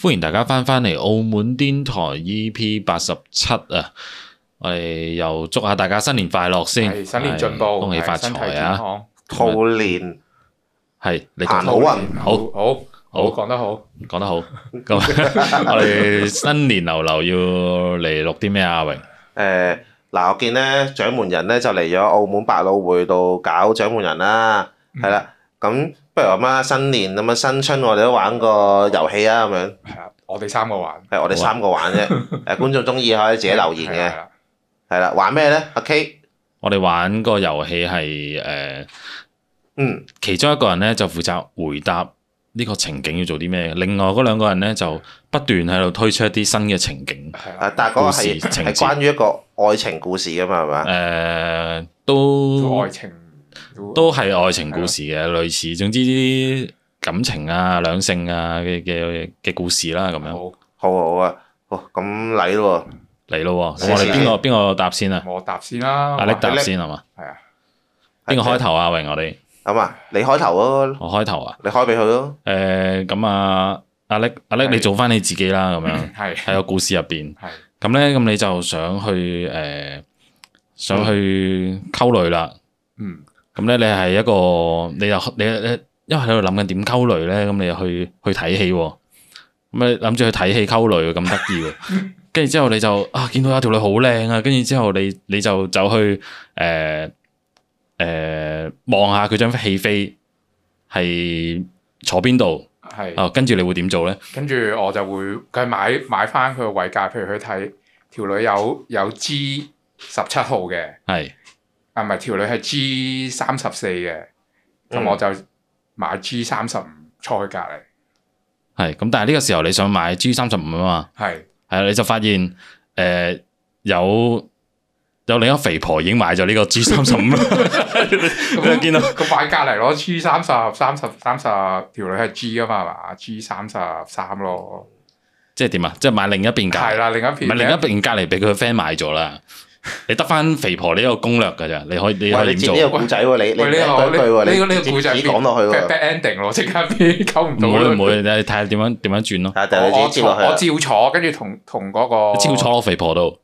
歡迎大家翻返嚟澳門電台 EP 八十七啊！我哋又祝下大家新年快樂先，係新年進係步，恭喜發係身體財健啊！康，兔年係你行講好啊運，好好啊好好講得好。講得好，咁 我哋新年流流要嚟錄啲咩啊？阿榮誒嗱，我見咧掌門人咧就嚟咗澳門百老匯度搞掌門人啦，係啦，咁不如咁啦，新年咁啊新春我哋都玩個遊戲啊，咁樣係啊，我哋三個玩係我哋三個 玩啫，誒觀眾中意可以自己留言係啊嘅，啦係啦，玩咩咧？阿 K，我哋玩個遊戲係誒，嗯，其中一個人咧就負責回答呢個情景要做啲咩，另外嗰兩個人咧就不斷喺度推出一啲新嘅情景。係啊啦，誒啊但係嗰個故係事情節係關於一個愛情故事噶嘛，係誒、嘛？呃都都愛情啊都係愛情故事嘅，類似，總之啲感情啊、兩性啊嘅嘅嘅故事啦，咁樣好。好啊好啊，好咁嚟咯嚟咯喎。試咁我哋試邊個邊個答先啊？我答先啦，阿力答力先係嘛？係啊，喎，邊個開頭啊？榮我哋咁啊？你開頭咯，我開頭啊？你開俾佢咯，誒咁啊，阿力阿力，係你做翻你自己啦，咁 樣係喺個故事入邊。係咁咧，咁你就想去誒、想去溝女啦。嗯咁咧，你係一個你又你你，因為喺度諗緊點溝女咧，咁你又去去睇戲喎。咁你諗住去睇戲溝女喎咁得意喎。跟住之後你就啊，見到有條女好靚啊，跟住之後你你就走去誒誒望下佢張戲飛係坐邊度係，啊？跟住你會點做咧？跟住我就會佢買買翻佢個位價，譬如佢睇條女有有 G 十七號嘅。係啊，唔係條女係 G 三十四嘅，嗯咁我就買 G 三十五坐佢隔離，係咁，但係呢個時候你想買 G 三十五啊嘛？係係啦，你就發現誒、呃有有另一個肥婆已經買咗呢個 G 三十五啦，你就見 到佢擺隔離咯，G 三十三十三十條女係 G 噶嘛，係嘛？G 三十三咯，即係點啊？即係買另一邊係隔，啦，另一唔係邊另一邊隔離俾佢個 friend 買咗啦。你得翻肥婆呢個攻略㗎咋？你可以你可喂，以你點接做？呢個故仔喎，你你喂呢個講句呢喎，個你呢個故仔自己講落去 bad 喎。 bad ending 咯，即刻變溝唔到唔會咯唔會，你睇下點樣點樣轉咯。啊！但係我你我自己接坐落去我啦。照坐，跟住同同嗰個超坐落肥婆度，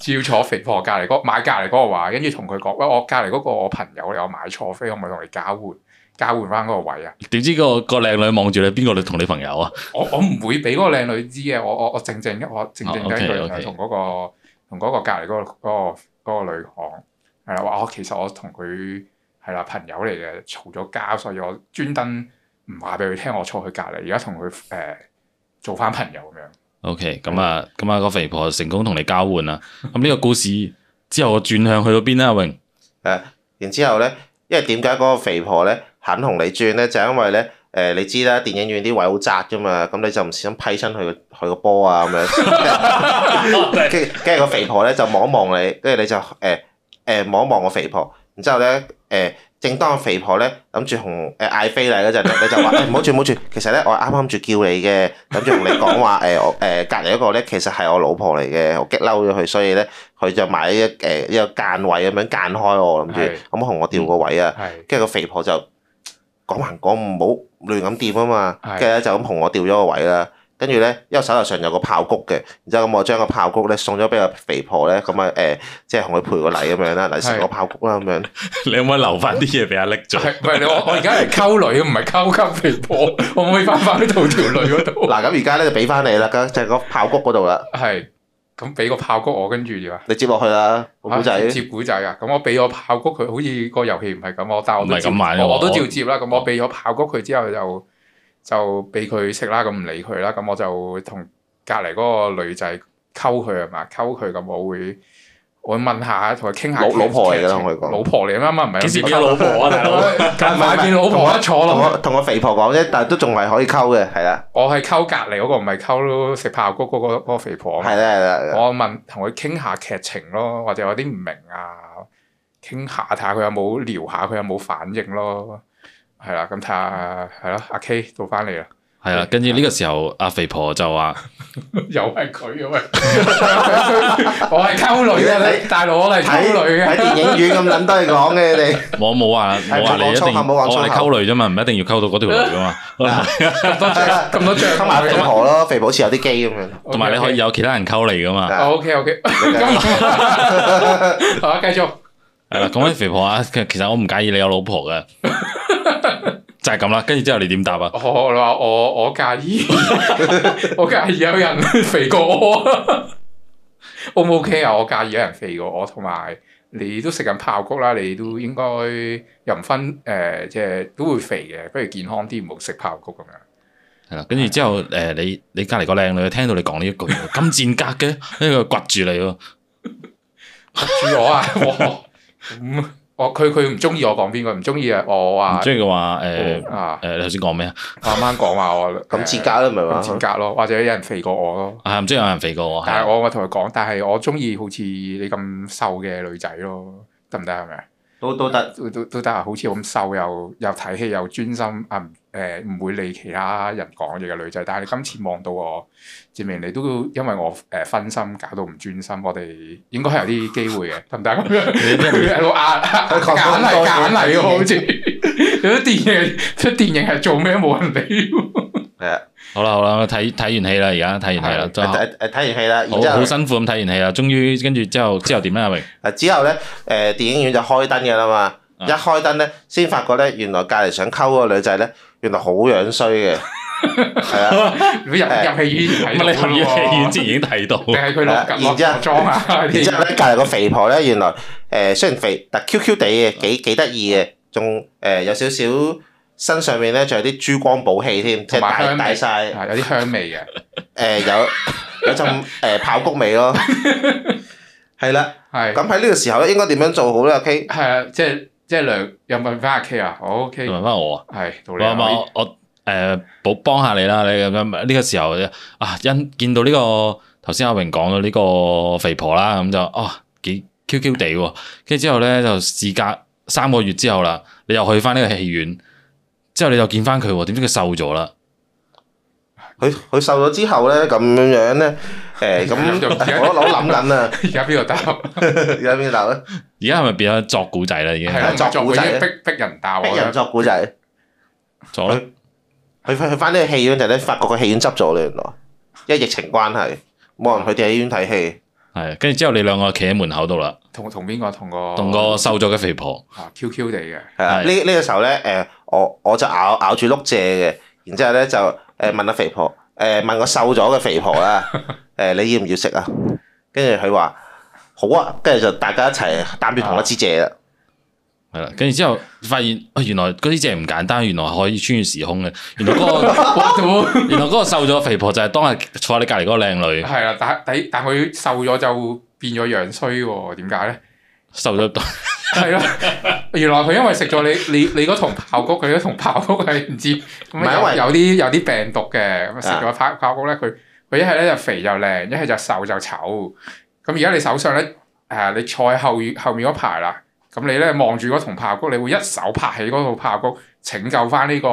照坐肥婆隔離嗰買隔離嗰個話，跟住同佢講，喂，我隔離嗰個我朋友嚟，我買錯飛，可唔可以同你交換交換翻嗰個位啊？點知個個靚女望住你，邊個你同你朋友啊？我我唔會俾嗰個靚女知嘅，我我我靜靜一我靜靜哦雞佢 OK，OK 同嗰個同嗰個隔離嗰個嗰個嗰個女講，係啦，話我其實我同佢係啦朋友嚟嘅，嘈咗交，所以我專登唔話俾佢聽我坐佢隔離，而家同佢誒做翻朋友咁樣。 OK，咁啊，咁啊個肥婆成功同你交換啦。咁呢個故事之後轉向去到邊啦？阿榮 啊然之後咧，因為點解嗰個肥婆咧肯同你轉咧，就因為咧誒、你知啦，電影院啲位好窄噶嘛，咁你就唔小心批親佢個佢個波啊咁樣，跟住跟住個肥婆咧就望一望你，跟住你就誒誒望一望個肥婆，然之後咧誒。正當個肥婆咧諗住同誒嗌飛禮嗰陣，你就話誒唔好住唔好住，其實咧我啱啱住叫你嘅，諗住同你講話誒我誒隔離嗰個咧其實係我老婆嚟嘅，我激嬲咗佢，所以咧佢就買一誒一個間位咁樣間開我諗住係，咁同我調嗯個位啊，係跟住個肥婆就講還講唔好亂咁掂啊嘛，係跟住咧就咁同我調咗個位啦。跟住咧，因為手頭上有個炮谷嘅，然之後咁我將個炮谷咧送咗俾個肥婆咧，咁啊誒，即係同佢陪個禮咁樣啦，嚟食係個炮谷啦咁樣。你可唔可以留翻啲嘢俾阿力做？係唔係你我我而家係溝女，唔係溝溝肥婆，我可唔可以翻返去同條女嗰度？嗱，咁而家咧就俾翻你啦，咁就係個炮谷嗰度啦，係咁俾個炮谷我，跟住點啊？你接落去啦，個古啊仔。接古仔啊！咁我俾咗炮谷佢，好似個遊戲唔係咁，我但係我都唔係咁玩嘅接我我都我照接啦。咁我俾咗炮谷佢之後就就俾佢食啦，咁唔理佢啦。咁我就同隔離嗰個女仔溝佢啊係嘛，溝佢咁我會我會問下，同佢傾下老劇老婆嚟㗎啦劇情我哋講老婆嚟啊嘛，唔係幾時見老婆啊，大佬？ 近排見老婆一坐同咯。我同個肥婆講啫，但係都仲係可以溝嘅，係啦，我係溝隔離嗰個，唔係溝食炮谷嗰個嗰個肥婆啊嘛係啦，係啦係啦，我問同佢傾下劇情咯，或者有啲唔明啊，傾下睇下佢有冇聊下佢有冇反應咯，係啦，咁睇下係咯，阿 K 到翻嚟啦，係啦，跟住呢個時候阿肥婆就 話： 又係佢嘅 喂，我係溝女啊，你大佬我係睇溝女嘅，喺電影院咁撚多嘢講 嘅你。我冇話係冇話你一定，冇講粗口冇我講粗口話你溝女啫嘛，唔一定要溝到嗰條女噶 嘛。咁多張咁多溝張埋肥婆咯，肥婆好似有啲機咁樣。同埋你可以有其他人溝你噶 嘛。 O K O K，好 啊，繼續。係啦，講起肥婆啊，其其實我唔介意你有老婆嘅， 就係咁啦。跟住之後你點答啊？我我哦話我我介意， 我介意有人肥過我。O 唔 OK 啊？我介意有人肥過我，同埋你都食緊爆谷啦，你都應該又唔分誒、呃即係都會肥嘅，不如健康啲，唔好食爆谷咁樣。係啊啦，跟住之後誒、你你隔離個靚女聽到你講 呢一句咁賤格嘅，跟住佢掘住你喎。住我啊， 我咁我佢佢唔中意我講邊個，唔中意啊我唔話中意嘅話誒啊，誒，你頭先講咩啊？我啱啱講話我呃咁自格啦，咪咁話。賤格咯，或者有人肥過我咯。係啊唔中意有人肥過我，但係係啊我我同佢講，但係我中意好似你咁瘦嘅女仔咯，得唔得啊？係咪啊？都都得。都都都得啊！好似我咁瘦又又睇戲又專心啊，唔誒唔會理其他人講嘢嘅女仔。但係你今次望到我，證明你都因為我誒、呃分心搞到唔專心，我哋應該係有啲機會嘅，得唔得啊？咁樣佢喺度壓佢講揀嚟多揀嚟嘢喎，好似有啲電影出電影係做咩冇人理喎。係啊，好啦好啦，睇睇完戲啦，而家睇完戲啦，係都好誒誒睇完戲啦，然之啊好後好辛苦咁睇完戲啦，終於跟住之後之後點咧？阿榮誒之後咧，誒電影院就開燈嘅啦嘛。嗯一開燈咧，先發覺咧，原來隔離想溝嗰個女仔咧，原來好樣衰嘅，係啊。如果入入戲院咁睇啊到你入咯咗戲院喎，之前已經睇 到，定係佢落然落之後落妝啊？然之後咧，隔離個肥婆咧，原來誒、呃、雖然肥，但 Q Q 地嘅，幾幾得意嘅，仲誒、呃有少少身上面咧，仲有啲珠光寶氣添，即同係埋大香味大晒誒、係啊有啲香味嘅，呃有 有陣誒、呃炮谷味咯，係啦。係咁喺呢個時候咧，應該點樣做好咧？K，係啊，即係即係兩有問翻阿 K 啊，我 OK 你問翻我啊。係道我理啊，我我誒補幫下你啦，你咁樣呢個時候啊，因見到呢、個頭先阿榮講到呢個肥婆啦，咁就哦幾 Q Q 地喎，跟住之後咧就事隔三個月之後啦，你又去翻呢個戲院，之後你又見翻佢喎，點知佢瘦咗啦？佢佢瘦咗之後咧，咁樣樣咧，誒咁我我諗緊啊，而家邊度得？有邊度咧？而家係咪變咗作古仔啦？已經係啦，啊作作古仔會逼逼人答我逼人啦，作古仔，作啦，佢翻去翻呢個戲院就咧，發覺個戲院執咗啦，原來，因為疫情關係，冇人去電影院睇戲。係跟住之後你兩個企喺門口度啦，同同邊個同個同個瘦咗嘅肥婆，啊 QQ 地嘅，係啊，係呢呢個時候咧，誒我我就咬咬住碌蔗嘅，然之後咧就誒問阿肥婆，誒問個瘦咗嘅肥婆啦，誒你要唔要食啊？跟住佢話好啊，跟住就大家一齊擔住同一支蔗啦。係啦，跟住之後發現啊原來嗰啲隻唔簡單，原來可以穿越時空嘅，原來嗰、個。哇 到原來嗰個瘦咗嘅肥婆就係當日坐喺你隔離嗰個靚女。係啦，但但但佢瘦咗就變咗樣衰喎，點解咧？瘦咗多，係咯，原來佢因為食咗你你你嗰桶爆谷，佢嗰桶爆谷係唔知咁啊唔係因為啊有有啲有啲病毒嘅，咁食咗爆爆谷咧，佢佢一係咧就肥就靚，一係就瘦就醜。咁而家你手上咧，誒、你坐喺後後面嗰排啦，咁你咧望住嗰桶爆谷，你會一手拍起嗰套爆谷，拯救翻呢、個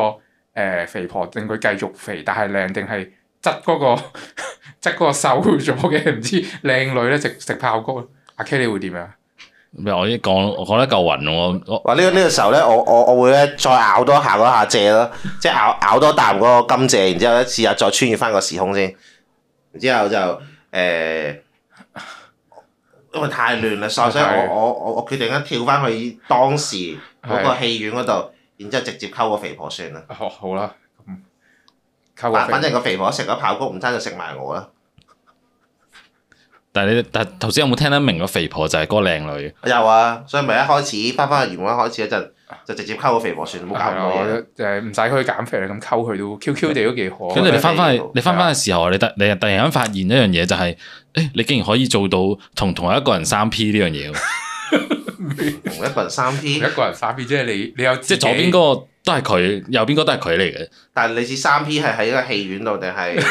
誒、肥婆，令佢繼續肥，但係靚定係執嗰個 執嗰個瘦咗嘅唔知靚女咧食食爆谷。阿 K 你會點樣？咩？我已經講，我講得夠暈咯。我我話呢個呢個時候咧，我我我會咧再咬多下嗰下蔗咯，即係咬咬多啖嗰個甘蔗，然之後咧試下再穿越翻個時空先。然之後就誒、因為太亂啦，所以所以我我我我決定咧跳翻去當時嗰個戲院嗰度，然之後直接溝個肥婆算啦。哦，好啦，咁溝個反肥反正個肥婆食咗炮谷，唔爭就食埋我啦。但係你但頭先有冇聽得明個肥婆就係嗰個靚女？有啊，所以咪一開始翻翻去原本一開始嗰陣，就直接溝個肥婆算，冇搞係啦，咁多我嘢。覺得誒唔使佢減肥啦，咁溝佢都 Q Q 地都幾可愛。跟住你翻翻去係啊，你翻翻去時候，你突你突然間發現一樣嘢就係、誒你竟然可以做到同同一個人三 P 呢樣 嘢喎，同一個人三 P，一個人三 P，即係你你有即係左邊個嗰個都係佢，右邊嗰個都係佢嚟嘅。 但係你指三 P 係喺個戲院度定係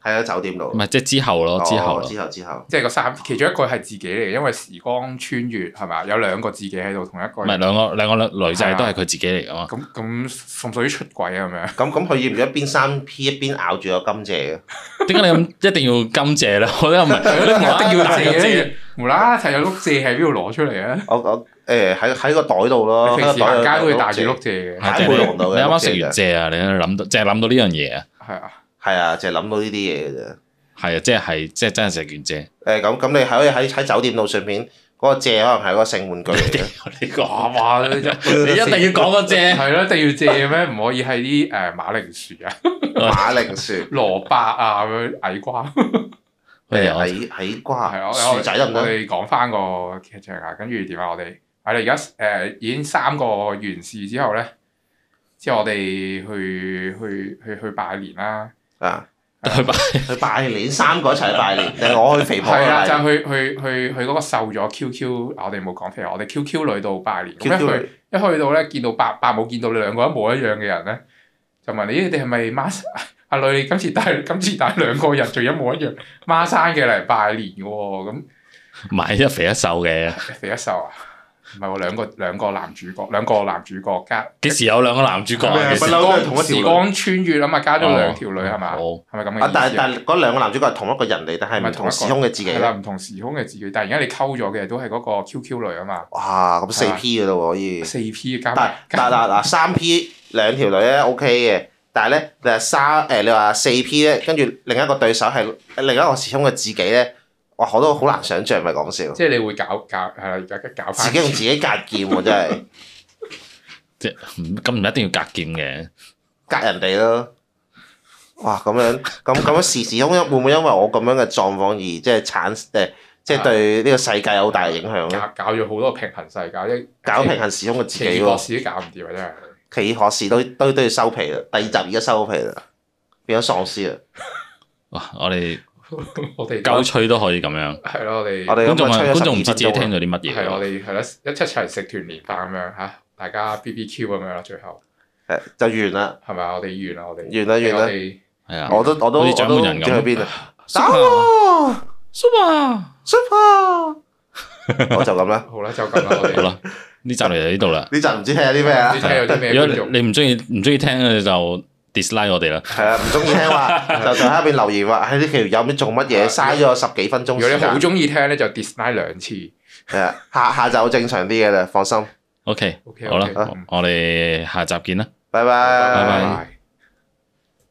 喺咗酒店度唔。係即係之後咯，之後哦咯，之後之後，即係個三，其中一個係自己嚟嘅，因為時光穿越係咪？有兩個自己喺度，同一個唔係兩個兩個女仔都係佢自己嚟噶嘛。咁咁，屬唔屬於出軌啊？咁樣咁咁佢要唔要一邊三 P 一邊咬住個金姐嘅？點解你咁一定要甘蔗咧？ 我覺得唔 係，你無啦啦一定要大個借，無啦啦睇有碌借喺邊度攞出嚟啊？我我誒喺喺個袋度咯，平喺時個行袋街度都會帶住有碌隻借嘅，係擺即係背你囊度嘅你啱啱屋企食嘅完蔗啊，你諗到即係諗到呢樣嘢啊，係啊，係啊，就係諗到呢啲嘢嘅啫。係啊，即係即係真係食完蔗。誒咁咁，你喺可以喺喺酒店度順便嗰個借可能係一個性玩具嚟嘅。呢個哇哇！ 你一定你一定要講個 蔗，係咯，一定要借咩？唔可以係啲誒馬鈴薯啊、馬 鈴薯蘿蔔啊咁樣矮瓜。喂啊哎誒我矮矮瓜哎係咯，啊啊薯仔得唔我得？哋講翻個劇情啊，跟住點啊？我哋我哋而家誒已經三個完事之後咧，之後我哋去去去去拜年啦，啊，去拜去拜年三個一齊去拜年，定係我去肥婆係啦，啊嗰就去去去去嗰個瘦咗 QQ，我哋冇講譬如我哋 QQ 女度拜年，咁一度拜去一去到咧，見到伯伯母見到你兩個一模一樣嘅人咧，就問你：咦，你哋係咪孖生 阿女？你今次帶今次帶兩個人，仲一模一樣孖生嘅嚟拜年嘅喎，咁。 買一肥一瘦嘅，肥一瘦啊？唔係喎，兩個兩個男主角，兩個男主角加幾時有兩個男主角咩啊？幾不時嬲都係同一條女時光穿越啊嘛，加咗兩條女係嘛？哦係咪咁嘅意思啊！但係但係嗰兩個男主角係同一個人嚟，但係係咪同一唔同個時空嘅自己係。啦，唔同時空嘅自己，但係而家你溝咗嘅都係嗰個 QQ 女啊嘛，哇！咁四 P 嘅咯喎，可以。四 P 加但埋但嗱嗱三 P 兩條女咧 OK 嘅，但係咧你話三誒你話四 P 咧，跟住另一個對手係另一個時空嘅自己咧，哇！我都好難想像，咪講笑。即係你會搞搞係啦，而家搞自翻己用自己隔劍喎，真係即唔咁唔一定要隔劍嘅，隔人哋咯。哇！咁樣咁咁樣時時空會唔會因為我咁樣嘅狀況而即係產誒，即係對呢個世界有好大嘅影響咧？搞搞咗好多平衡世界，一搞平衡時空嘅自奇己異博喎，士都搞唔掂啊！真係 奇異學士都都都要收皮啦，第二集而家收皮啦，變咗喪屍啦。哇！我哋我哋鳩吹都可以咁樣。係咯，我哋我哋觀咁眾啊啊，吹咗觀眾唔12知自己分鐘聽咗啲乜係啊我嘢。哋係啦，一一齊食團年飯咁樣嚇，大家 BBQ 咁樣啦，最後誒就完啦，係咪啊？我哋完啦，我哋完啦，完我啦。哋。係啊，我都我好都我似都掌唔門知人去咁 邊啊！打 Super 我，Super， ，super，我就咁啦。好啦，就咁啦，我哋好啦，呢集嚟到呢度啦。呢集唔知聽有啲 咩唔啊知？聽有啲咩如觀眾果你唔中意唔中意聽嘅就 dislike 我哋啦。係啊，唔中意 聽話就就喺入邊留言話，喺呢條友唔知做乜嘢，嘥咗我十幾分鐘如果你時好間。中意聽咧，就 dislike 兩次。係啊，下下晝正常啲嘅啦，放心。 OK， OK，好啦 OK，嗯，我哋下集見啦。拜拜拜。拜拜。